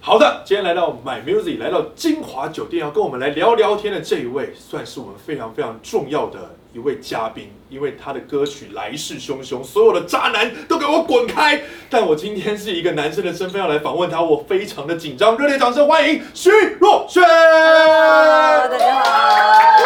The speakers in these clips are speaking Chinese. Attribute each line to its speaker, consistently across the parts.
Speaker 1: 好的，今天来到 My Music，来到金华酒店，要跟我们来聊聊天的这一位，算是我们非常非常重要的一位嘉宾，因为他的歌曲来势汹汹，所有的渣男都给我滚开！但我今天是以一个男生的身份要来访问他，我非常的紧张，热烈掌声欢迎徐若瑄！
Speaker 2: Hello，大家好。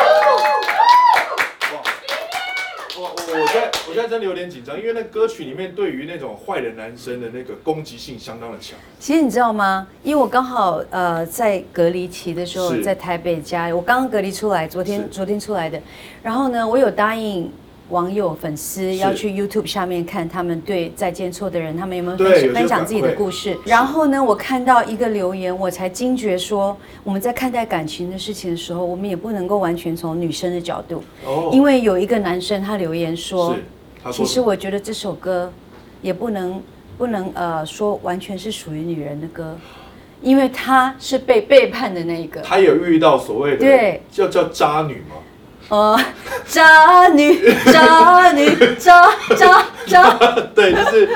Speaker 1: 我我我现在我现在真的有点紧张，因为那歌曲里面对于那种坏的男生的那个攻击性相当的强。
Speaker 2: 其实你知道吗？因为我刚好呃在隔离期的时候
Speaker 1: 是，
Speaker 2: 在台北家里，我刚刚隔离出来，昨
Speaker 1: 是
Speaker 2: 天昨天出来的。然后呢，我有答应网友粉丝
Speaker 1: 是
Speaker 2: 要去 YouTube 下面看他们对再见错的人，他们有没有
Speaker 1: 对
Speaker 2: 分
Speaker 1: 有些
Speaker 2: 享分享自己的
Speaker 1: 反馈
Speaker 2: 故事。然后呢，我看到一个留言，我才惊觉说，我们在看待感情的事情的时候，我们也不能够完全从女生的角度，
Speaker 1: 哦
Speaker 2: 因为有一个男生他留言说
Speaker 1: 是，他
Speaker 2: 其
Speaker 1: 说
Speaker 2: 实我觉得这首歌也不能不能呃说完全是属于女人的歌，因为她是被背叛的那一个，
Speaker 1: 他有遇到所谓的
Speaker 2: 对
Speaker 1: 叫叫渣女吗？
Speaker 2: 呃，渣女，渣女，渣渣渣，
Speaker 1: 对，就是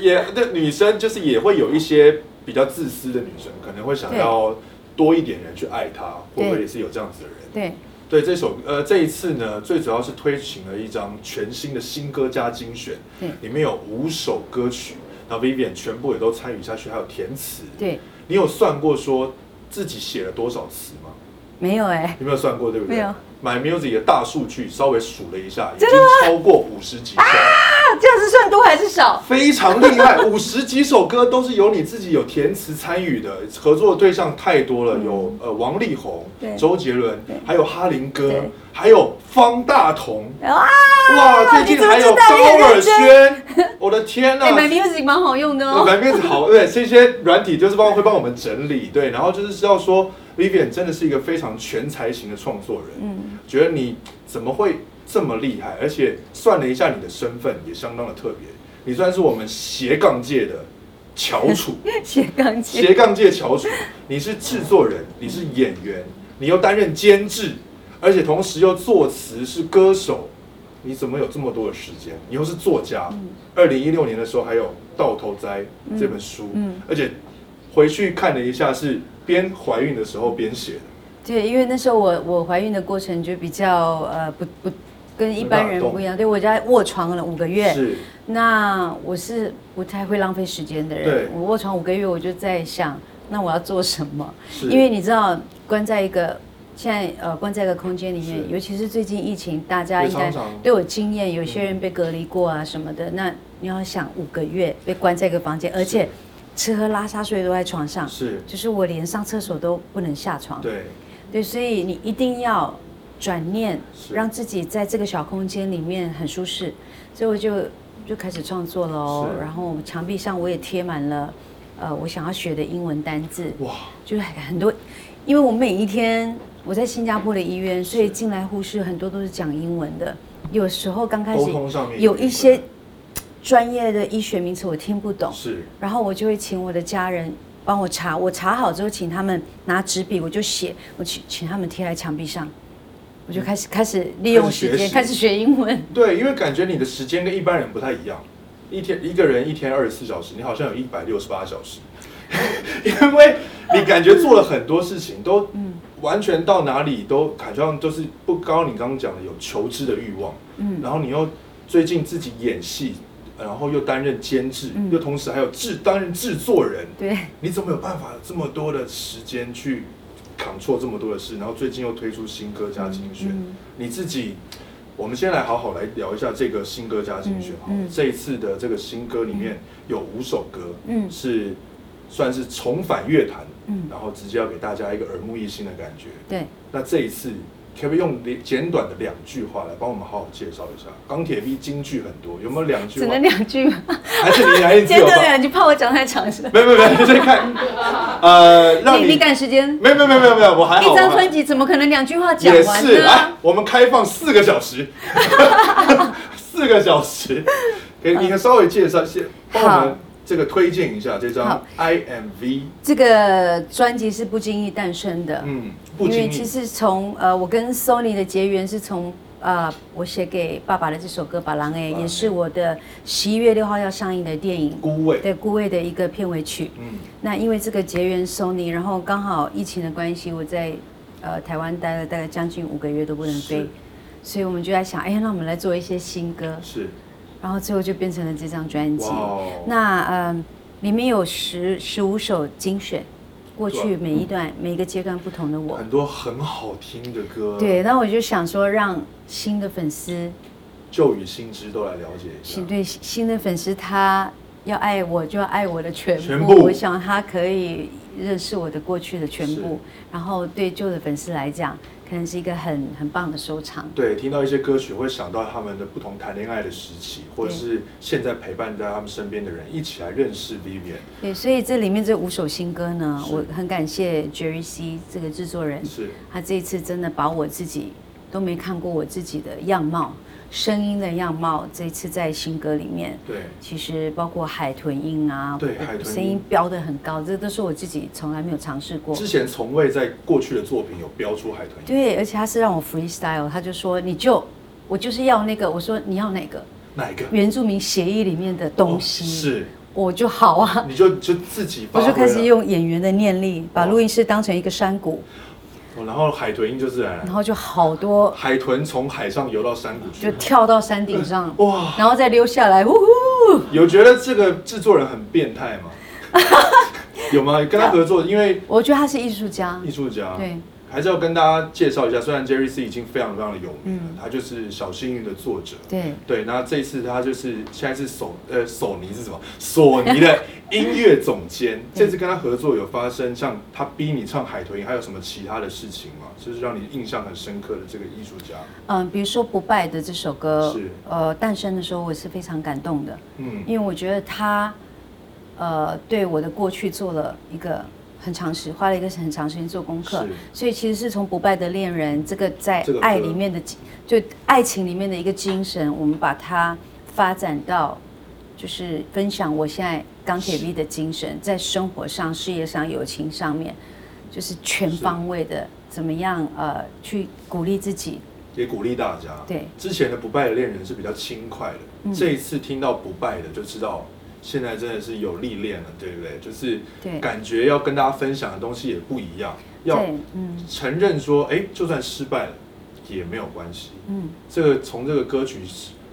Speaker 1: 也那女生就是也会有一些比较自私的女生，可能会想要多一点人去爱她，会
Speaker 2: 对
Speaker 1: 不会也是有这样子的人？
Speaker 2: 对，
Speaker 1: 对这首呃这一次呢，最主要是推行了一张全新的新歌加精选，
Speaker 2: 对
Speaker 1: 里面有五首歌曲，那 Vivian 全部也都参与下去，还有填词。
Speaker 2: 对，
Speaker 1: 你有算过说自己写了多少词吗？
Speaker 2: 没有哎、
Speaker 1: 你没有算过对不对？
Speaker 2: 没有。
Speaker 1: My Music 的大数据稍微数了一下，已经超过五十 几首，
Speaker 2: 那啊这样是算多还是少？
Speaker 1: 非常厉害。五十几首歌都是由你自己有填词参与的，合作的对象太多了，有呃王力宏
Speaker 2: 嗯对、
Speaker 1: 周杰伦，还有哈林哥
Speaker 2: 对，
Speaker 1: 还有方大同。
Speaker 2: 啊，
Speaker 1: 哇，最
Speaker 2: 你
Speaker 1: 近
Speaker 2: 怎么
Speaker 1: 还
Speaker 2: 知
Speaker 1: 有
Speaker 2: 道
Speaker 1: 高
Speaker 2: 你很
Speaker 1: 尔
Speaker 2: 认真？
Speaker 1: 宣，我的天呐、啊
Speaker 2: 哎、买 music 蛮好用的
Speaker 1: 对，
Speaker 2: 哦。
Speaker 1: 白面子好，对，这些软体就是帮会帮我们整理，对，然后就是知道说，Vivian 真的是一个非常全才型的创作人，嗯，觉得你怎么会这么厉害？而且算了一下你的身份，也相当的特别，你算是我们斜杠界的翘楚，
Speaker 2: 写钢琴。
Speaker 1: 斜杠界翘楚，你是制作人，你是演员，你又担任监制，而且同时又作词是歌手，你怎么有这么多的时间？你又是作家，
Speaker 2: 嗯
Speaker 1: 二零一六年的时候还有《到头栽》这本书，
Speaker 2: 嗯
Speaker 1: 而且回去看了一下，是边怀孕的时候边写的。
Speaker 2: 对，因为那时候我我怀孕的过程就比较呃不不跟一般人不一样，对我家卧床了五个月，
Speaker 1: 是
Speaker 2: 那我是不太会浪费时间的
Speaker 1: 对
Speaker 2: 人，我卧床五个月我就在想，那我要做什么？
Speaker 1: 是，
Speaker 2: 因为你知道关在一个。现在呃，关在一个空间里
Speaker 1: 是
Speaker 2: 面，尤其是最近疫情，大家
Speaker 1: 对
Speaker 2: 应该
Speaker 1: 常常嗯
Speaker 2: 都有经验，有些人被隔离过啊什么的。那你要想五个月被关在一个房间，而且吃喝拉撒睡都在床上，
Speaker 1: 是
Speaker 2: 就是我连上厕所都不能下床。
Speaker 1: 对
Speaker 2: 对，所以你一定要转念，
Speaker 1: 是
Speaker 2: 让自己在这个小空间里面很舒适。所以我就就开始创作喽
Speaker 1: 是。
Speaker 2: 然后墙壁上我也贴满了，呃，我想要学的英文单字，
Speaker 1: 哇，
Speaker 2: 就是很多，因为我每一天我在新加坡的医院，所以进来护士很多都是讲英文的。有时候刚开始
Speaker 1: 沟通上面
Speaker 2: 有一些专业的医学名词我听不懂，
Speaker 1: 是
Speaker 2: 然后我就会请我的家人帮我查，我查好之后请他们拿纸笔，我就写，我请请他们贴在墙壁上，我就开始开始利用时
Speaker 1: 开始学
Speaker 2: 间
Speaker 1: 习
Speaker 2: 开始学英文。
Speaker 1: 对，因为感觉你的时间跟一般人不太一样，一天一个人一天二十四小时，你好像有一百六十八小时， 因为你感觉做了很多事情，都完全到哪里都感觉上就是不高。你刚刚讲的有求知的欲望，嗯，然后你又最近自己演戏，然后又担任监制，
Speaker 2: 嗯
Speaker 1: 又同时还有制担任制作人，
Speaker 2: 对，
Speaker 1: 你怎么有办法有这么多的时间去扛错这么多的事？然后最近又推出新歌加精选，
Speaker 2: 嗯
Speaker 1: 你自己，我们先来好好来聊一下这个新歌加精选哈、
Speaker 2: 嗯嗯
Speaker 1: 这一次的这个新歌里面有五首歌，
Speaker 2: 嗯
Speaker 1: 是算是重返乐坛，
Speaker 2: 嗯
Speaker 1: 然后直接要给大家一个耳目一新的感觉。
Speaker 2: 对，
Speaker 1: 那这一次。可不可以用简短的两句话来帮我们好好介绍一下？钢铁 V 金句很多，有没有两句
Speaker 2: 只
Speaker 1: 话？
Speaker 2: 能 两句嘛，
Speaker 1: 还是你还是你自
Speaker 2: 简
Speaker 1: 由
Speaker 2: 短
Speaker 1: 吧？
Speaker 2: 两句，怕我讲太长 是吧？
Speaker 1: 没有没有没有，你再看，呃，让
Speaker 2: 你你赶时间，
Speaker 1: 没有没有没有没有没有，我还好。
Speaker 2: 一张
Speaker 1: 我还
Speaker 2: 专辑怎么可能两句话讲
Speaker 1: 也
Speaker 2: 完
Speaker 1: 是啊来
Speaker 2: 呢？，
Speaker 1: 我们开放四个小 时，四个小时，给你稍微介绍，先帮我们
Speaker 2: 好
Speaker 1: 这个推荐一下这张
Speaker 2: 好
Speaker 1: I M V，
Speaker 2: 这个专辑是不经意诞生的，
Speaker 1: 嗯，不
Speaker 2: 因
Speaker 1: 经
Speaker 2: 为其
Speaker 1: 意
Speaker 2: 实从呃我跟 Sony 的结缘是从呃，我写给爸爸的这首歌《把郎哎
Speaker 1: 把》，郎
Speaker 2: 也
Speaker 1: 哎
Speaker 2: 是我的十一月六号要上映的电影
Speaker 1: 孤味，
Speaker 2: 对顾魏的一个片尾曲。
Speaker 1: 嗯，
Speaker 2: 那因为这个结缘 Sony，然后刚好疫情的关系，我在呃台湾待了大概将近五个月都不能飞
Speaker 1: 是，
Speaker 2: 所以我们就在想，哎，那我们来做一些新歌，
Speaker 1: 是，
Speaker 2: 然后最后就变成了这张专辑。
Speaker 1: 哦
Speaker 2: 那嗯、里面有十十五首精选，过去每一段、每一个阶段不同的我。
Speaker 1: 很多很好听的歌，
Speaker 2: 对，，那我就想说，让新的粉丝，
Speaker 1: 旧与新知都来了解一下
Speaker 2: 新。对新的粉丝，他要爱我就要爱我的全部。
Speaker 1: 全部
Speaker 2: 我想他可以认识我的过去的全部，然后对旧的粉丝来讲，可能是一个很很棒的收场。
Speaker 1: 对，听到一些歌曲会想到他们的不同谈恋爱的时期，或者是现在陪伴在他们身边的人，一起来认识 Vivian。
Speaker 2: 对，所以这里面这五首新歌呢，
Speaker 1: 是
Speaker 2: 我很感谢 Jerry C 这个制作人，
Speaker 1: 是，
Speaker 2: 他这一次真的把我自己都没看过我自己的样貌、声音的样貌，这一次在新歌里面，
Speaker 1: 对，
Speaker 2: 其实包括海豚音啊，
Speaker 1: 对
Speaker 2: 我
Speaker 1: 海豚音
Speaker 2: 声音飙得很高，这都是我自己从来没有尝试过。
Speaker 1: 之前从未在过去的作品有标出海豚音，
Speaker 2: 对，而且他是让我 freestyle，他就说你就我就是要那个，我说你要哪个
Speaker 1: 哪一个
Speaker 2: 原住民协议里面的东
Speaker 1: 哦
Speaker 2: 西，
Speaker 1: 是，
Speaker 2: 我就好啊，
Speaker 1: 你就就自己发
Speaker 2: 我
Speaker 1: 挥了
Speaker 2: 就开始用演员的念力，把
Speaker 1: 哦
Speaker 2: 录音室当成一个山
Speaker 1: 哦
Speaker 2: 谷，
Speaker 1: 然后海豚音就自然
Speaker 2: 然
Speaker 1: 了。
Speaker 2: 后就好多
Speaker 1: 海豚从海上游到山谷
Speaker 2: 就
Speaker 1: 去，
Speaker 2: 跳到山顶上，
Speaker 1: 哇！
Speaker 2: 然后再溜下来，呼呼。
Speaker 1: 有觉得这个制作人很变态 吗？有吗？跟他合作，因为
Speaker 2: 我觉得他是艺术家
Speaker 1: 艺，术家，
Speaker 2: 对，
Speaker 1: 还是要跟大家介绍一下。虽然 Jerry C 已经非常非常的有名了，
Speaker 2: 嗯
Speaker 1: 他就是《小幸运》的作者。
Speaker 2: 对，
Speaker 1: 对，那这次他就是现在是索呃索尼是什么？ 索尼的音乐总监。
Speaker 2: 对
Speaker 1: 这次跟他合作有发生像他逼你唱《海豚音》，还有什么其他的事情吗？就是让你印象很深刻的这个艺术家。
Speaker 2: 嗯，比如说《不败》的这首歌
Speaker 1: 是，
Speaker 2: 呃，诞生的时候我是非常感动的，
Speaker 1: 嗯，
Speaker 2: 因为我觉得他，呃，对我的过去做了一个很长时，花了一个很长时间做功课
Speaker 1: 是，
Speaker 2: 所以其实是从《不败的恋人》这个在
Speaker 1: 这个歌
Speaker 2: 爱里面的，就爱情里面的一个精神，我们把它发展到。就是分享我现在钢铁 V 的精神，在生活上、事业上、友情上面，就是全
Speaker 1: 是
Speaker 2: 方位的，怎么样呃去鼓励自己，
Speaker 1: 也鼓励大家。
Speaker 2: 对，
Speaker 1: 之前的不败的恋人是比较轻快的，
Speaker 2: 嗯
Speaker 1: 这一次听到不败的就知道，现在真的是有历练了，对不对？就是
Speaker 2: 对
Speaker 1: 感觉要跟大家分享的东西也不一样，要
Speaker 2: 对，嗯
Speaker 1: 承认说，哎，就算失败了也没有关系。
Speaker 2: 嗯，
Speaker 1: 这个从这个歌曲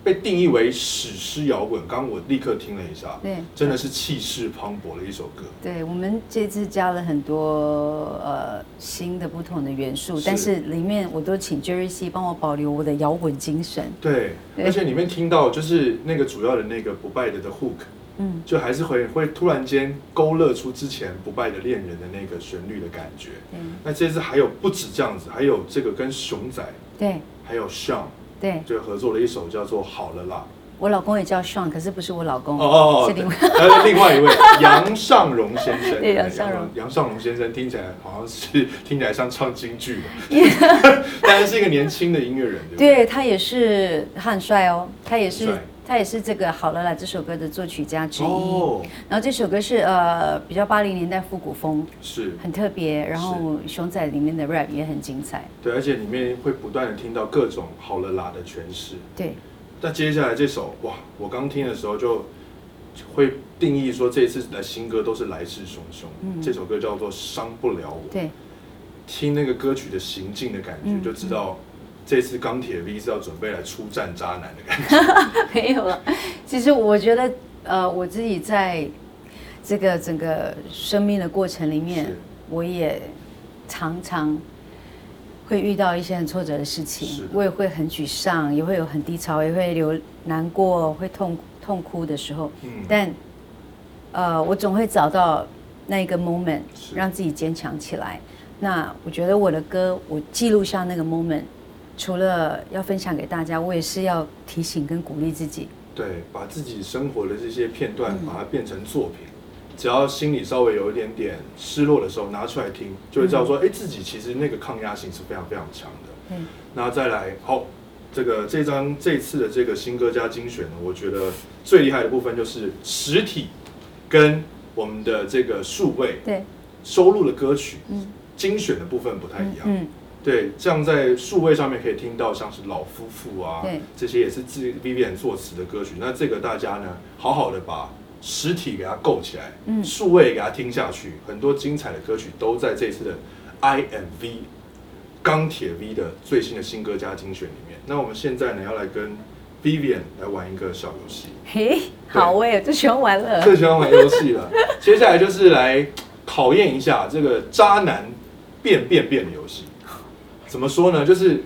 Speaker 1: 被定义为史诗摇滚，刚刚我立刻听了一下，
Speaker 2: 对
Speaker 1: 真的是气势磅礴的一首歌。
Speaker 2: 对，我们这次加了很多呃新的不同的元素，
Speaker 1: 是
Speaker 2: 但是里面我都请 Jerry C 帮我保留我的摇滚精神，
Speaker 1: 对，
Speaker 2: 对
Speaker 1: 而且里面听到就是那个主要的那个不败的的 hook，
Speaker 2: 嗯，
Speaker 1: 就还是会会突然间勾勒出之前不败的恋人的那个旋律的感觉。
Speaker 2: 对
Speaker 1: 那这次还有不止这样子，还有这个跟熊仔
Speaker 2: 对
Speaker 1: 还有 Sean
Speaker 2: 对，
Speaker 1: 就合作了一首叫做《好了啦
Speaker 2: 我老公也叫 Sean，可是不是我老》。公，
Speaker 1: 哦哦哦，
Speaker 2: 是另外。
Speaker 1: 还有另外一位 杨尚荣先生，
Speaker 2: 对杨尚荣
Speaker 1: 杨杨尚荣先生听起来好像是听起来像唱京剧的， 但是是一个年轻的音乐人，对不对？
Speaker 2: 对他也是他很帅哦，他也是
Speaker 1: 帅
Speaker 2: 他也是这个《好了啦》这首歌的作曲家之一。
Speaker 1: 哦，
Speaker 2: 然后这首歌是呃比较八零年代复古风，
Speaker 1: 是
Speaker 2: 很特别。然后熊仔里面的 rap 也很精彩。
Speaker 1: 对，而且里面会不断的听到各种好了啦的诠释。
Speaker 2: 对，
Speaker 1: 那接下来这首哇，我刚听的时候就会定义说这次的新歌都是来势汹汹。
Speaker 2: 嗯
Speaker 1: 这首歌叫做《伤不了我》，
Speaker 2: 对，
Speaker 1: 听那个歌曲的行进的感觉，
Speaker 2: 嗯
Speaker 1: 就知道这次钢铁 V 是要准备来出战渣男的感觉。
Speaker 2: 没有了。其实我觉得，呃，我自己在这个整个生命的过程里面
Speaker 1: 是，
Speaker 2: 我也常常会遇到一些很挫折的事
Speaker 1: 是
Speaker 2: 情
Speaker 1: 的，
Speaker 2: 我也会很沮丧，也会有很低潮，也会流难过，会痛痛哭的时候。
Speaker 1: 嗯，
Speaker 2: 但呃，我总会找到那一个 moment，
Speaker 1: 是
Speaker 2: 让自己坚强起来。那我觉得我的歌，我记录下那个 moment，除了要分享给大家，我也是要提醒跟鼓励自己。
Speaker 1: 对，把自己生活的这些片段，
Speaker 2: 嗯
Speaker 1: 把它变成作品。只要心里稍微有一点点失落的时候，拿出来听，就会知道说，哎、自己其实那个抗压性是非常非常强的。
Speaker 2: 嗯，
Speaker 1: 那再来，好，这个这张这次的这个新歌加精选呢，我觉得最厉害的部分就是实体跟我们的这个数位
Speaker 2: 对，
Speaker 1: 收录的歌曲
Speaker 2: 嗯
Speaker 1: 精选的部分不太一样。
Speaker 2: 嗯，
Speaker 1: 对，这样在数位上面可以听到像是老夫妇啊
Speaker 2: 对，
Speaker 1: 这些也是自 Vivian 作词的歌曲。那这个大家呢，好好的把实体给它购起来，
Speaker 2: 嗯
Speaker 1: 数位给它听下去，很多精彩的歌曲都在这次的 IMV 钢铁 V 的最新的新歌加精选里面。那我们现在呢，要来跟 Vivian 来玩一个小游戏。
Speaker 2: 嘿，好
Speaker 1: 对
Speaker 2: 我也最喜欢玩了。
Speaker 1: 最喜欢玩游戏了。接下来就是来考验一下这个渣男变变变的游戏。怎么说呢？就是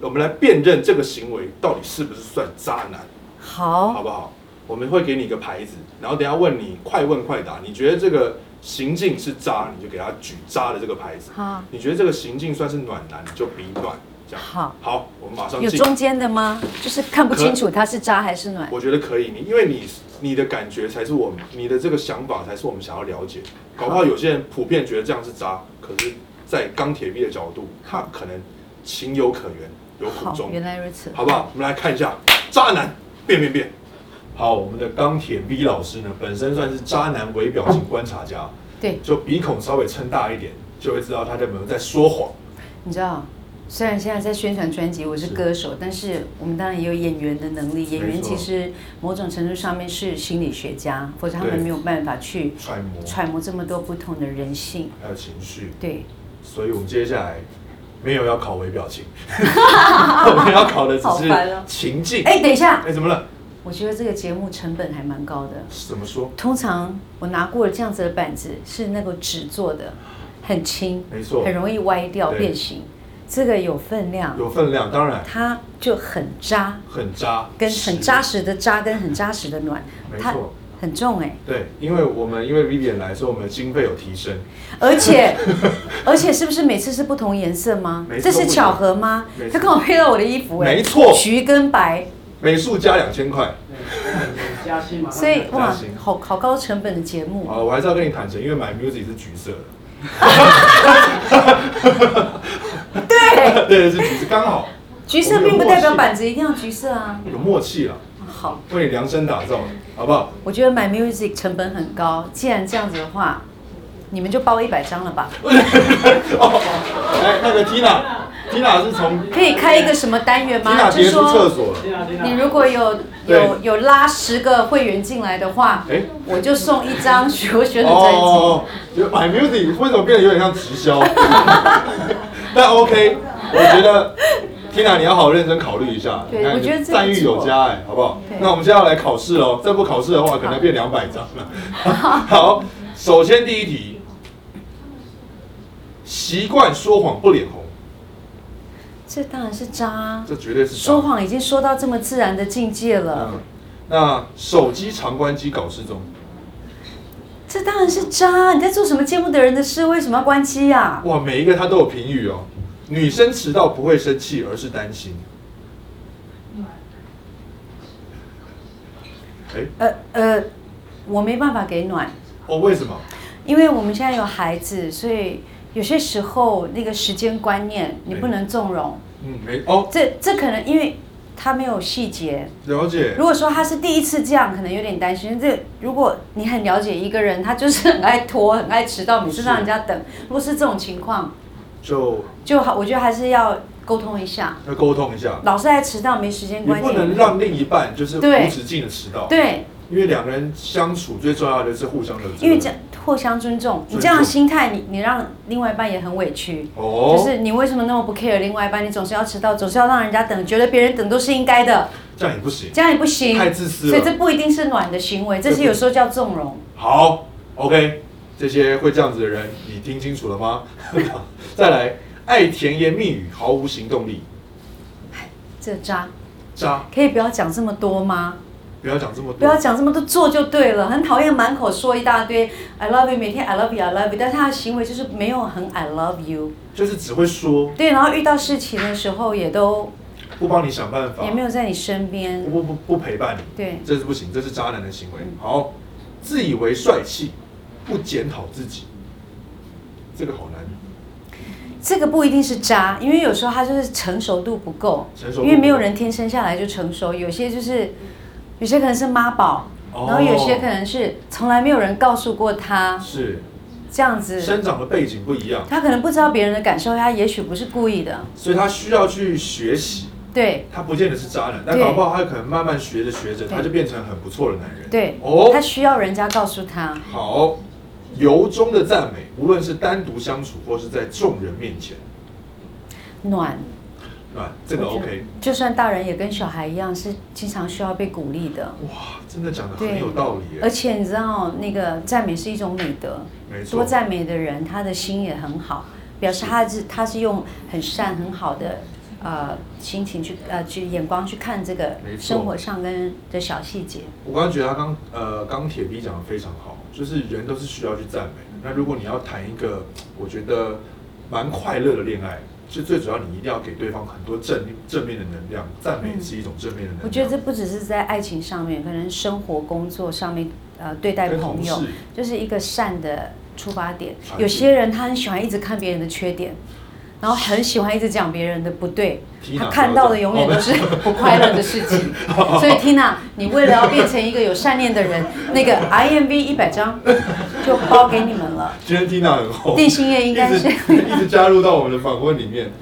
Speaker 1: 我们来辨认这个行为到底是不是算渣男，好
Speaker 2: 好，
Speaker 1: 不好？我们会给你一个牌子，然后等一下问你快问快答，你觉得这个行径是渣，你就给他举渣的这个牌子；
Speaker 2: 好，
Speaker 1: 你觉得这个行径算是暖男，你就比暖。这样
Speaker 2: 好，
Speaker 1: 好，我们马上
Speaker 2: 有
Speaker 1: 进。
Speaker 2: 中间的吗？就是看不清楚它是渣还是暖。
Speaker 1: 我觉得可以，你因为你你的感觉才是我们，你的这个想法才是我们想要了解。搞不好有些人普遍觉得这样是渣，可是，在钢铁臂的角度，他可能情有可原，有苦
Speaker 2: 好，
Speaker 1: 衷，
Speaker 2: 原来如此。
Speaker 1: 好不好？我们来看一下渣男变变变。好，我们的钢铁 V 老师呢，本身算是渣男微表情观察家，
Speaker 2: 对，
Speaker 1: 就鼻孔稍微撑大一点，就会知道他有没有在说谎。
Speaker 2: 你知道，虽然现在在宣传专辑，我是
Speaker 1: 是
Speaker 2: 歌手，但是我们当然也有演员的能力。演员其实某种程度上面是心理学家，否则他们
Speaker 1: 对
Speaker 2: 没有办法去
Speaker 1: 揣摩，
Speaker 2: 揣摩这么多不同的人性。
Speaker 1: 还有情绪，
Speaker 2: 对，
Speaker 1: 所以我们接下来没有要考微表 情，我们要考的只
Speaker 2: 好
Speaker 1: 是
Speaker 2: 烦哦
Speaker 1: 情境。哎、
Speaker 2: 哎，等一下，
Speaker 1: 怎么了？
Speaker 2: 我觉得这个节目成本还蛮高的。
Speaker 1: 怎么说？
Speaker 2: 通常我拿过这样子的板子是那个纸做的，很轻，
Speaker 1: 没错
Speaker 2: 很容易歪掉
Speaker 1: 对
Speaker 2: 变形。这个有分量，
Speaker 1: 有分量，当然
Speaker 2: 它就很扎，
Speaker 1: 很渣，
Speaker 2: 跟很扎
Speaker 1: 实。
Speaker 2: 实的扎跟很扎实的暖，
Speaker 1: 没
Speaker 2: 它
Speaker 1: 错
Speaker 2: 很重哎、
Speaker 1: 对，因为我们因为 Vivian 来说，我们的经费有提升，
Speaker 2: 而且而且是不是每次是不同颜色吗
Speaker 1: 每？次
Speaker 2: 这
Speaker 1: 都不一
Speaker 2: 是
Speaker 1: 样
Speaker 2: 巧合吗
Speaker 1: 每？次
Speaker 2: 它刚好配到我的衣服哎、
Speaker 1: 没错
Speaker 2: 橘跟白，
Speaker 1: 美术加两千块。
Speaker 3: 对加
Speaker 1: 啊
Speaker 3: 薪嘛，
Speaker 2: 所以
Speaker 1: 加
Speaker 2: 哇
Speaker 1: 薪，
Speaker 2: 好好高成本的节目，
Speaker 1: 啊，我还是要跟你坦诚，因为买 Music 是橘色的，
Speaker 2: 对，
Speaker 1: 对，是橘色，刚好
Speaker 2: 橘色
Speaker 1: 我们有
Speaker 2: 并不代
Speaker 1: 默
Speaker 2: 表
Speaker 1: 契
Speaker 2: 板子一定要橘色啊。
Speaker 1: 有默契了，
Speaker 2: 好，
Speaker 1: 为你量身打造的，好不好？
Speaker 2: 我觉得买 music 成本很高，既然这样子的话，你们就包一百张了吧？
Speaker 1: 哦，来，那个 Tina，Tina 是从
Speaker 2: 可以开一个什么单元吗？
Speaker 1: Tina
Speaker 2: 就
Speaker 1: 别出厕
Speaker 2: 说
Speaker 1: 所了。
Speaker 3: 天啊天啊
Speaker 2: 你如果有
Speaker 1: 对
Speaker 2: 有有拉十个会员进来的话，
Speaker 1: 哎
Speaker 2: 我就送一张许国轩的专辑。
Speaker 1: 哦，有买 music 为什么变得有点像直销？ 但 OK，我觉得 Tina 你要好好认真考虑一下。
Speaker 2: 对
Speaker 1: 你看
Speaker 2: 我觉得这个
Speaker 1: 赞誉有加哎，好不好？那我们现在要来考试喽，再不考试的话，可能变两百张了。 好，首先第一题，习惯说谎不脸红，
Speaker 2: 这当然是渣啊，
Speaker 1: 这绝对是
Speaker 2: 说。谎已经说到这么自然的境界了，
Speaker 1: 嗯，那手机长关机搞失踪，
Speaker 2: 这当然是渣。你在做什么节目的人的事？为什么要关机呀、
Speaker 1: 哇，每一个他都有评语哦。女生迟到不会生气，而是担心。哎、
Speaker 2: 呃呃，我没办法给暖，
Speaker 1: 哦，为什么？
Speaker 2: 因为我们现在有孩子，所以有些时候那个时间观念你不能纵容。
Speaker 1: 嗯，没哦，
Speaker 2: 这这可能因为他没有细节。
Speaker 1: 了解
Speaker 2: 如。果说他是第一次这样，可能有点担心。这如果你很了解一个人，他就是很爱拖、很爱迟到，每次让人家等。如果是这种情况，
Speaker 1: 就
Speaker 2: 就好，我觉得还是要沟通一下。
Speaker 1: 要沟通一下，
Speaker 2: 老是爱迟到，没时间
Speaker 1: 你
Speaker 2: 观
Speaker 1: 不
Speaker 2: 念。
Speaker 1: 能让另一半就是
Speaker 2: 对
Speaker 1: 无止境的迟到，
Speaker 2: 对，
Speaker 1: 因为两个人相处最重要的是互相的尊重。
Speaker 2: 因为这样互相尊重，你这样的心态，你你让另外一半也很委屈。
Speaker 1: 哦，
Speaker 2: 就是你为什么那么不 care 另外一半？你总是要迟到，总是要让人家等，觉得别人等都是应该的，
Speaker 1: 这样也不行，
Speaker 2: 这样也不行。
Speaker 1: 太自私
Speaker 2: 所以这
Speaker 1: 了。
Speaker 2: 不一定是暖的行为，这
Speaker 1: 这
Speaker 2: 些
Speaker 1: 不
Speaker 2: 有时候叫纵容。
Speaker 1: 好，OK，这些会这样子的人，你听清楚了吗？ 再来，爱甜言蜜语，毫无行动力，
Speaker 2: 这渣
Speaker 1: 渣。
Speaker 2: 可以不要讲这么多吗？
Speaker 1: 不要讲这么多，
Speaker 2: 不要讲这么多，做就对了。很讨厌满口说一大堆 I love you，每天 I love you，I love you，但是他的行为就是没有很 I love you。
Speaker 1: 就是只会说，
Speaker 2: 对，然后遇到事情的时候也都
Speaker 1: 不帮你想办法，
Speaker 2: 也没有在你身边。
Speaker 1: 不不不不陪伴你，
Speaker 2: 对，嗯
Speaker 1: 这是不行，这是渣男的行为。好，自以为帅气，不检讨自己，这个好难。
Speaker 2: 嗯这个不一定是渣，因为有时候他就是成熟度不够，
Speaker 1: 成熟度不够
Speaker 2: 因为没有人天生下来就成熟，有些就是有些可能是妈宝，
Speaker 1: 哦
Speaker 2: 然后有些可能是从来没有人告诉过他
Speaker 1: 是
Speaker 2: 这样子，
Speaker 1: 生长的背景不一样，
Speaker 2: 他可能不知道别人的感受，他也许不是故意的，
Speaker 1: 所以他需要去学习。
Speaker 2: 对
Speaker 1: 他不见得是渣男，但
Speaker 2: 对
Speaker 1: 搞不好他可能慢慢学着学着，
Speaker 2: 对
Speaker 1: 他就变成很不错的男人。
Speaker 2: 对，
Speaker 1: 哦
Speaker 2: 他需要人家告诉他，
Speaker 1: 好，由衷的赞美，无论是单独相处或是在众人面前，
Speaker 2: 暖，
Speaker 1: 啊，这个
Speaker 2: 我觉得
Speaker 1: OK。
Speaker 2: 就算大人也跟小孩一样，是经常需要被鼓励的。
Speaker 1: 哇，真的讲的
Speaker 2: 对
Speaker 1: 很有道理
Speaker 2: 而
Speaker 1: 耶，
Speaker 2: 且你知道，那个赞美是一种美德，
Speaker 1: 没错
Speaker 2: 多。赞美的人，他的心也很好，表示他是他是用很善很好的呃心情去呃去眼光去看这个
Speaker 1: 没错
Speaker 2: 生活上跟的小细节。
Speaker 1: 我刚刚觉得他刚呃钢铁 B 讲的非常好，就是人都是需要去赞美的。那如果你要谈一个我觉得蛮快乐的恋爱，就最主要你一定要给对方很多正正面的能量，赞美是一种正面的能量。
Speaker 2: 嗯我觉得这不只是在爱情上面，可能生活、工作上面，呃，对待
Speaker 1: 跟
Speaker 2: 朋
Speaker 1: 同
Speaker 2: 友
Speaker 1: 事，
Speaker 2: 就是一个善的出发点
Speaker 1: 传。递
Speaker 2: 有些人他很喜欢一直看别人的缺点，然后很喜欢一直讲别人的不对，
Speaker 1: Tina，
Speaker 2: 他看到的永
Speaker 1: 哦
Speaker 2: 远都是不快乐的事 情。所以 Tina，你为了要变成一个有善念的人，那个 IMV 一百张就包给你们了。
Speaker 1: 今天 Tina 很 红，
Speaker 2: 定心液应该是
Speaker 1: 一直一直加入到我们的访问里面。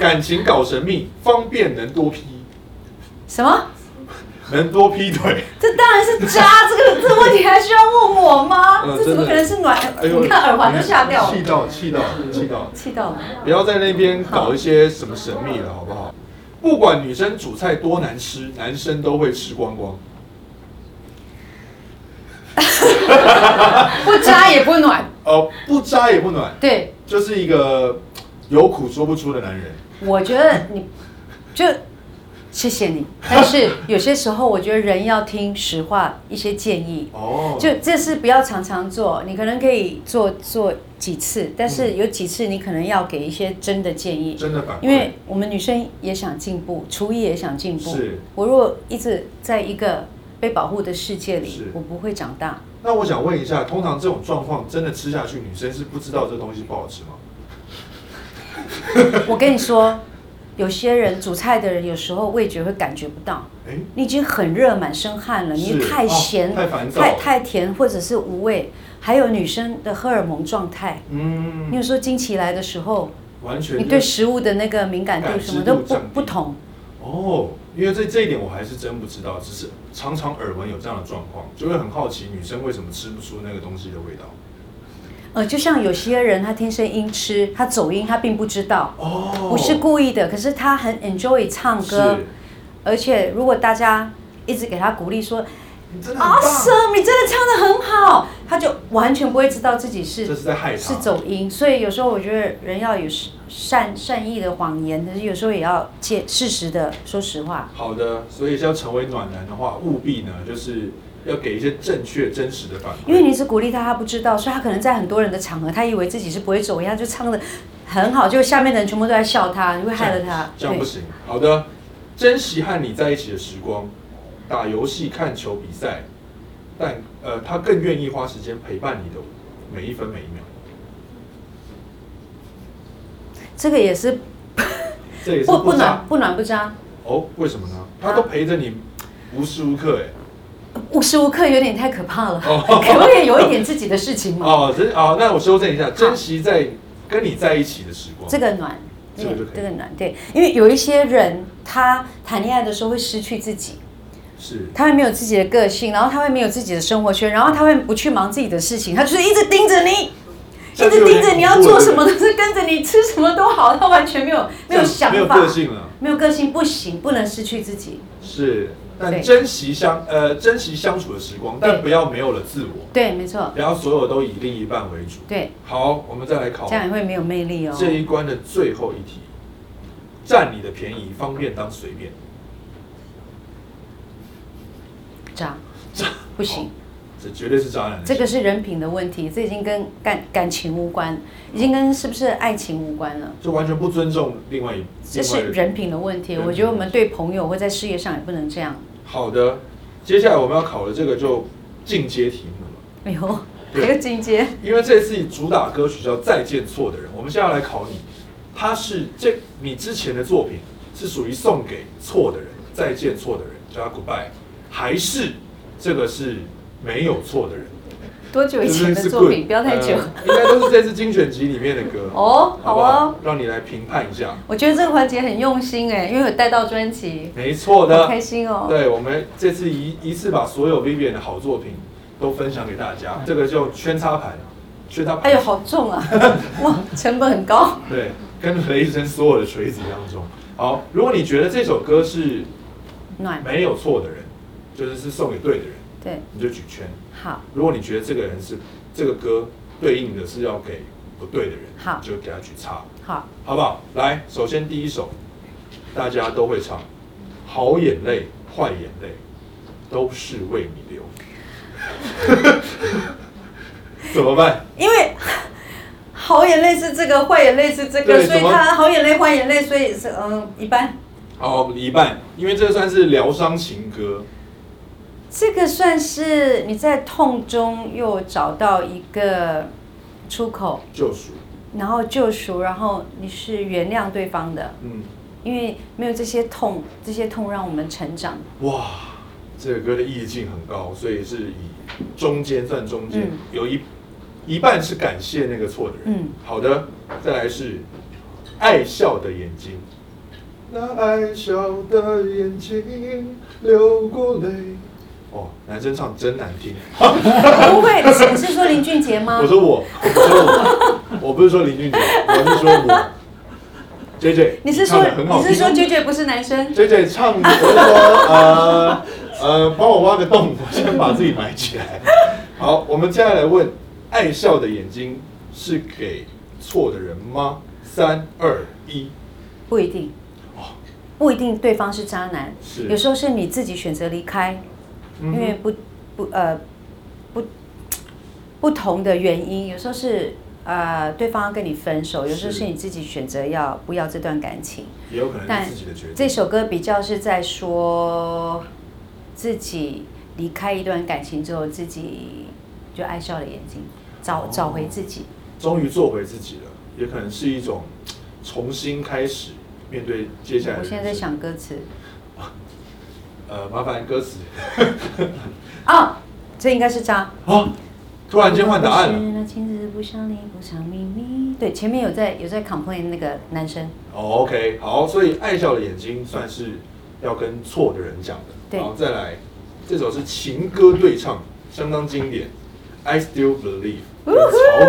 Speaker 1: 感情搞神秘，方便能多劈，
Speaker 2: 什么？
Speaker 1: 能多劈腿。
Speaker 2: 这当然是渣，这个这个问题还需要问我吗？
Speaker 1: 呃
Speaker 2: 这怎
Speaker 1: 真的
Speaker 2: 么
Speaker 1: 哎
Speaker 2: 可能是暖？你看耳环都吓掉了
Speaker 1: 气。到气到气到，
Speaker 2: 气到了。
Speaker 1: 不要在那边搞一些什么神秘了，好不好？不管女生煮菜多难吃，男生都会吃光光。
Speaker 2: 不扎也不暖。
Speaker 1: 呃，不渣也不暖，
Speaker 2: 对，
Speaker 1: 就是一个有苦说不出的男人。
Speaker 2: 我觉得你就谢谢你，但是有些时候我觉得人要听实话，一些建议。
Speaker 1: 哦，
Speaker 2: 就这事不要常常做，你可能可以做做几次，但是
Speaker 1: 嗯
Speaker 2: 有几次你可能要给一些真的建议，
Speaker 1: 真的反馈
Speaker 2: 因为我们女生也想进步，厨艺也想进步。
Speaker 1: 是
Speaker 2: 我如果一直在一个被保护的世界里
Speaker 1: 是，
Speaker 2: 我不会长大。
Speaker 1: 那我想问一下，通常这种状况真的吃下去，女生是不知道这东西不好吃吗？
Speaker 2: 我跟你说，有些人煮菜的人有时候味觉会感觉不到，
Speaker 1: 哎，
Speaker 2: 你已经很热，满身汗了，你
Speaker 1: 是
Speaker 2: 太
Speaker 1: 哦
Speaker 2: 咸、
Speaker 1: 太烦躁
Speaker 2: 太太甜或者是无味，还有女生的荷尔蒙状态。
Speaker 1: 嗯
Speaker 2: 你，有时候经期来的时候，
Speaker 1: 完全
Speaker 2: 你对食物的那个敏感度
Speaker 1: 感知
Speaker 2: 什么都
Speaker 1: 度
Speaker 2: 不
Speaker 1: 降低
Speaker 2: 不同。
Speaker 1: 哦，因为这这一点我还是真不知道，只是常常耳闻有这样的状况，就会很好奇女生为什么吃不出那个东西的味道。
Speaker 2: 呃，就像有些人他天生音痴，他走音他并不知道，
Speaker 1: 哦
Speaker 2: 不是故意的，可是他很 enjoy 唱歌，
Speaker 1: 是
Speaker 2: 而且如果大家一直给他鼓励说
Speaker 1: 你真的
Speaker 2: 哦
Speaker 1: 很棒，
Speaker 2: awesome，你真的唱得很好，他就完全不会知道自己是
Speaker 1: 这是在害他，
Speaker 2: 是走音，所以有时候我觉得人要有善善意的谎言，可是有时候也要切适时的说实话。
Speaker 1: 好的，所以是要成为暖男的话，务必呢就是要给一些正确真实的反馈，
Speaker 2: 因为你一直鼓励他，他不知道，所以他可能在很多人的场合，他以为自己是不会走音，他就唱的很好，就下面的人全部都在笑他，你会害了他。
Speaker 1: 这样啊不
Speaker 2: 对，
Speaker 1: 行。好的，珍惜和你在一起的时光，打游戏、看球、比赛，但呃，他更愿意花时间陪伴你的每一分每一秒。
Speaker 2: 这个也是
Speaker 1: 这也是
Speaker 2: 哦不不
Speaker 1: 渣
Speaker 2: 暖不暖不渣，
Speaker 1: 哦，为什么呢？他都陪着你无时无刻，哎，
Speaker 2: 无时无刻有点太可怕了，
Speaker 1: 哦
Speaker 2: 可不可以有一点自己的事情嘛？
Speaker 1: 哦，真哦，那我修正一下，珍惜在跟你在一起的时光。
Speaker 2: 这个暖，
Speaker 1: 这个就可以
Speaker 2: 这个暖，对，因为有一些人他谈恋爱的时候会失去自己。
Speaker 1: 是
Speaker 2: 他会没有自己的个性，然后他会没有自己的生活圈，然后他会不去忙自己的事情，他就是一直盯着你，一
Speaker 1: 这样就
Speaker 2: 直
Speaker 1: 有
Speaker 2: 盯
Speaker 1: 点
Speaker 2: 着你要
Speaker 1: 恐怖了
Speaker 2: 做什么，都是跟着你吃什么都好，他完全没有没有想法，
Speaker 1: 没有个性了。
Speaker 2: 没有个性不行，不能失去自己。
Speaker 1: 是，
Speaker 2: 对
Speaker 1: 但珍惜相呃珍惜相处的时光，但
Speaker 2: 对
Speaker 1: 不要没有了自我，
Speaker 2: 对，没错，
Speaker 1: 不要所有都以另一半为主。
Speaker 2: 对，
Speaker 1: 好，我们再来考
Speaker 2: 这样也会没有魅力哦。
Speaker 1: 这一关的最后一题，占你的便宜，方便当随便，
Speaker 2: 渣，不行，
Speaker 1: 这绝对是渣男的行
Speaker 2: 这
Speaker 1: 为。
Speaker 2: 个是人品的问题，这已经跟感感情无关，已经跟是不是爱情无关了。
Speaker 1: 就完全不尊重另外一
Speaker 2: 这
Speaker 1: 另外一
Speaker 2: 是
Speaker 1: 个
Speaker 2: 人品的问题，
Speaker 1: 人品
Speaker 2: 我觉得我们对朋友或在事业上也不能这样。
Speaker 1: 好的，接下来我们要考的这个就进阶题目了，
Speaker 2: 哎呦，
Speaker 1: 对
Speaker 2: 还有进阶。
Speaker 1: 因为这次主打歌曲叫《再见错的人》，我们现在要来考你，他是这你之前的作品是属于送给错的人，再见错的人，叫他 goodbye，还是这个是没有错的人？
Speaker 2: 多久以前的
Speaker 1: This is
Speaker 2: 作
Speaker 1: good
Speaker 2: 品？不要太久。
Speaker 1: 呃应该都是这次精选集里面的歌
Speaker 2: 哦
Speaker 1: 好不
Speaker 2: 好
Speaker 1: 好
Speaker 2: 哦？
Speaker 1: 让你来评判一下，
Speaker 2: 我觉得这个环节很用心哎，因为有带到专辑，
Speaker 1: 没错
Speaker 2: 好
Speaker 1: 的
Speaker 2: 开。心哦。
Speaker 1: 对，我们这次一一次把所有 Vivian 的好作品都分享给大家，这个叫圈插盘，圈插盘。
Speaker 2: 哎呦，好 重啊！哇，成本很高。
Speaker 1: 对，跟雷神所有的锤子一样重。好，如果你觉得这首歌是
Speaker 2: 暖，
Speaker 1: 没有错的人，就是是送给对的人，
Speaker 2: 对，
Speaker 1: 你就举圈；
Speaker 2: 好，
Speaker 1: 如果你觉得这个人是这个歌对应的是要给不对的人，
Speaker 2: 好
Speaker 1: 你就给他举叉，
Speaker 2: 好，
Speaker 1: 好不好？来，首先第一首，大家都会唱，好眼泪、坏眼泪，都是为你流。 怎么办？
Speaker 2: 因为好眼泪是这个，坏眼泪是这个，
Speaker 1: 对
Speaker 2: 所以
Speaker 1: 怎么
Speaker 2: 他好眼泪坏眼泪，所以是嗯一般。
Speaker 1: 好，一半，因为这算是疗伤情歌。
Speaker 2: 这个算是你在痛中又找到一个出口，
Speaker 1: 救赎。
Speaker 2: 然后救赎，然后你是原谅对方的，
Speaker 1: 嗯，
Speaker 2: 因为没有这些痛，这些痛让我们成长。
Speaker 1: 哇，这个歌的意境很高，所以是以中间算中间，
Speaker 2: 嗯
Speaker 1: 有一一半是感谢那个错的人。
Speaker 2: 嗯
Speaker 1: 好的，再来是爱笑的眼睛。那爱笑的眼睛流过泪。哦，男生唱真难听。
Speaker 2: 不会，是是说林俊杰吗
Speaker 1: 我？说我，我说我，我 不是说林俊杰，我是说我。J J，
Speaker 2: 你是说你是说
Speaker 1: 啊
Speaker 2: 绝绝不是男生？
Speaker 1: J J 唱，我就说呃呃，帮我挖个洞，我先把自己埋起来。好，我们接下来问，爱笑的眼睛是给错的人吗？三二一，
Speaker 2: 不一定，不一定对方是渣男，
Speaker 1: 哦是
Speaker 2: 有时候是你自己选择离开，
Speaker 1: 嗯
Speaker 2: 因为不不呃不不同的原因，有时候是呃对方要跟你分手，有时候
Speaker 1: 是
Speaker 2: 是你自己选择要不要这段感情。
Speaker 1: 也有可能
Speaker 2: 但
Speaker 1: 是自己的决定。
Speaker 2: 这首歌比较是在说自己离开一段感情之后，自己就爱笑了眼睛，找
Speaker 1: 哦
Speaker 2: 找回自己。
Speaker 1: 终于做回自己了，也可能是一种重新开始，面对接下来的
Speaker 2: 我
Speaker 1: 人生。
Speaker 2: 现在在想歌词
Speaker 1: 呃，麻烦歌词
Speaker 2: 啊，这应该是渣。
Speaker 1: 啊，突然间换答案了。
Speaker 2: 是那情字不想你不想秘密。对，前面有在有在 complain 那个男生，
Speaker 1: 哦 OK，好，所以爱笑的眼睛算是要跟错的人讲的。
Speaker 2: 对
Speaker 1: 好，再来，这首是情歌对唱，相当经典。I still believe，曹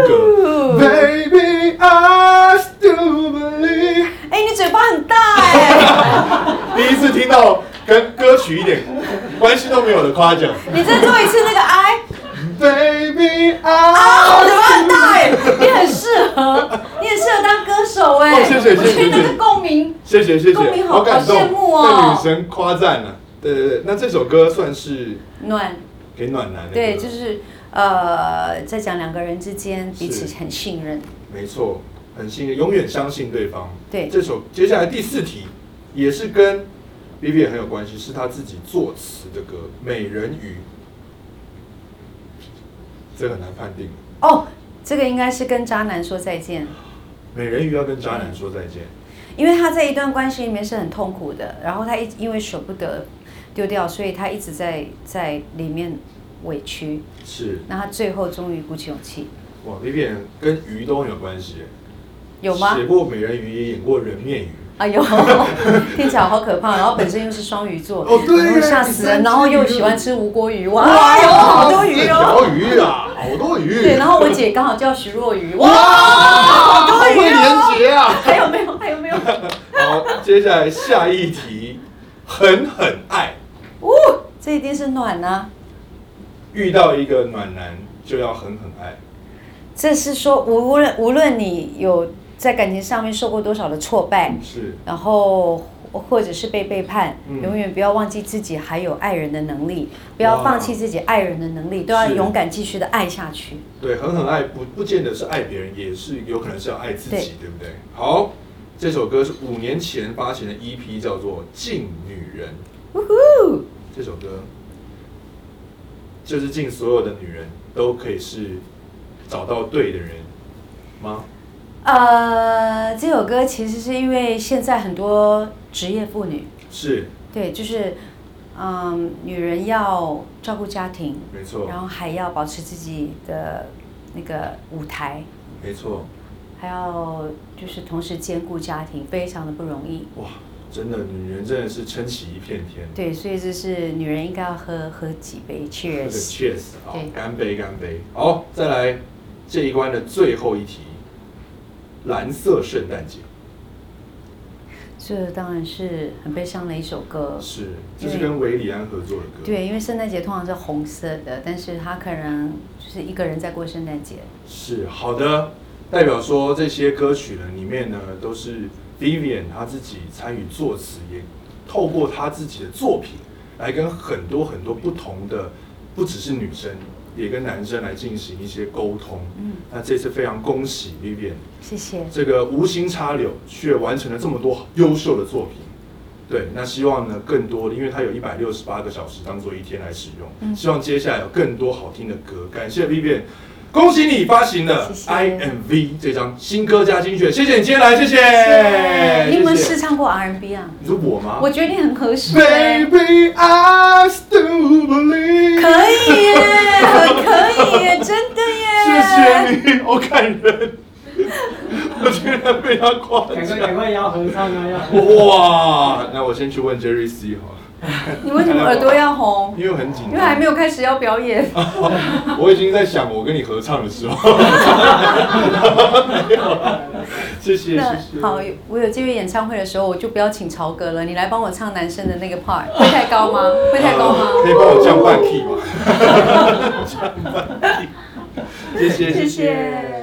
Speaker 1: 格。Baby, I still believe。
Speaker 2: 哎、你嘴巴很大哎、
Speaker 1: 第一次听到跟歌曲一点关系都没有的夸奖。
Speaker 2: 你再做一次那个 I，
Speaker 1: Baby,
Speaker 2: 啊，
Speaker 1: I。
Speaker 2: 我嘴巴很大哎、你很适合，你很适合当歌手哎、
Speaker 1: 哦谢谢
Speaker 2: 我
Speaker 1: 谢谢
Speaker 2: 觉得那
Speaker 1: 谢谢
Speaker 2: 个共鸣，
Speaker 1: 谢谢谢谢，
Speaker 2: 公民好
Speaker 1: 感动，
Speaker 2: 好羡慕哦
Speaker 1: 被女神夸赞了。对对对，那这首歌算是
Speaker 2: 暖，
Speaker 1: 给暖男的歌，
Speaker 2: 对，就是呃，在讲两个人之间彼此很信任，
Speaker 1: 没错，很信任，永远相信对方。
Speaker 2: 对
Speaker 1: 这首接下来第四题也是跟 Vivi 很有关系，是他自己作词的歌《美人鱼》，这很难判定。
Speaker 2: 哦，这个应该是跟渣男说再见。
Speaker 1: 美人鱼要跟渣男说再见，
Speaker 2: 因为他在一段关系里面是很痛苦的，然后他一因为舍不得丢掉，所以他一直在在里面委屈。
Speaker 1: 是
Speaker 2: 那他最后终于鼓起勇气，
Speaker 1: 哇，Vivi 跟鱼都很有关系，
Speaker 2: 有吗
Speaker 1: 写？过《美人鱼》，也演过《人面鱼》。
Speaker 2: 哎呦， 听起来好可怕。然后本身又是双鱼座，
Speaker 1: 哦对耶
Speaker 2: 然后吓死人。
Speaker 1: 你三只鱼
Speaker 2: 然后又喜欢吃无锅鱼，哇，有好多鱼哦。
Speaker 1: 条鱼啊，好多鱼。
Speaker 2: 对，然后我姐刚好叫徐若鱼，
Speaker 1: 哇，
Speaker 2: 哇，
Speaker 1: 好
Speaker 2: 哦
Speaker 1: 多鱼、连结啊！
Speaker 2: 还有没有？还有没有？
Speaker 1: 好，接下来下一题，狠狠爱，
Speaker 2: 哦，这一定是暖啊。
Speaker 1: 遇到一个暖男就要狠狠爱，
Speaker 2: 这是说无无论无论你有在感情上面受过多少的挫败，
Speaker 1: 是
Speaker 2: 然后或或者是被背叛，
Speaker 1: 嗯
Speaker 2: 永远不要忘记自己还有爱人的能力，不
Speaker 1: 哇
Speaker 2: 要放弃自己爱人的能力，都要
Speaker 1: 是
Speaker 2: 勇敢继续的爱下去。
Speaker 1: 对，狠狠爱不不见得是爱别人，也是有可能是要爱自己，
Speaker 2: 对
Speaker 1: 对不对？好，这首歌是五年前发行的 EP，叫做《敬女人》。
Speaker 2: 呜呼！
Speaker 1: 这首歌就是敬所有的女人都可以是找到对的人吗？
Speaker 2: 呃，这首歌其实是因为现在很多职业妇女，
Speaker 1: 是
Speaker 2: 对，就是嗯，女人要照顾家庭，
Speaker 1: 没错，
Speaker 2: 然后还要保持自己的那个舞台，
Speaker 1: 没错，
Speaker 2: 还要就是同时兼顾家庭，非常的不容易。
Speaker 1: 哇，真的，女人真的是撑起一片天。
Speaker 2: 对，所以就是女人应该要喝喝几杯
Speaker 1: 那个
Speaker 2: Cheers。
Speaker 1: cheers，好
Speaker 2: 对，
Speaker 1: 干杯，干杯。好，再来这一关的最后一题，蓝色圣诞节
Speaker 2: 这当然是很悲伤的一首歌。
Speaker 1: 是，这是跟韦礼安合作的歌，，
Speaker 2: 对，因为圣诞节通常是红色的，但是他可能就是一个人在过圣诞节。
Speaker 1: 是好的，代表说这些歌曲呢里面呢都是 Vivian 他自己参与作词，也透过他自己的作品来跟很多很多不同的，不只是女生，也跟男生来进行一些沟通。
Speaker 2: 嗯，
Speaker 1: 那这次非常恭喜 Vivian，
Speaker 2: 谢谢。
Speaker 1: 这个无心插柳，却完成了这么多优秀的作品。对，那希望呢更多的，因为它有一百六十八个小时当做一天来使用，
Speaker 2: 嗯
Speaker 1: 希望接下来有更多好听的歌。感谢 Vivian，恭喜你发行了
Speaker 2: 谢
Speaker 1: 《
Speaker 2: 谢
Speaker 1: I M V》这张新歌加精选，谢谢你今天来，谢谢。
Speaker 2: 你有没有
Speaker 1: 谢谢
Speaker 2: 试唱过 R&B 啊？
Speaker 1: 你说我吗
Speaker 2: 我觉得你很合适。
Speaker 1: ？Baby, I still believe。
Speaker 2: 可以耶，很可以耶，真的耶。
Speaker 1: 谢谢你，好感人。我居然被他夸
Speaker 3: 赶快
Speaker 1: 奖。
Speaker 3: 赶快要合唱啊，要合
Speaker 1: 哇，那我先去问 Jerry C 好了。
Speaker 2: 你为什么耳朵要红？
Speaker 1: 因为很紧
Speaker 2: 因为还
Speaker 1: 张，
Speaker 2: 没有开始要表演。
Speaker 1: 我已经在想我跟你合唱的时候。 谢谢，谢
Speaker 2: 那
Speaker 1: 谢。
Speaker 2: 好，我有机会演唱会的时候，我就不要请曹格了，你来帮我唱男生的那个 part，会太高吗？会太高吗？
Speaker 1: 呃可以帮我 降半 key 吗？降半 key，谢谢，
Speaker 2: 谢谢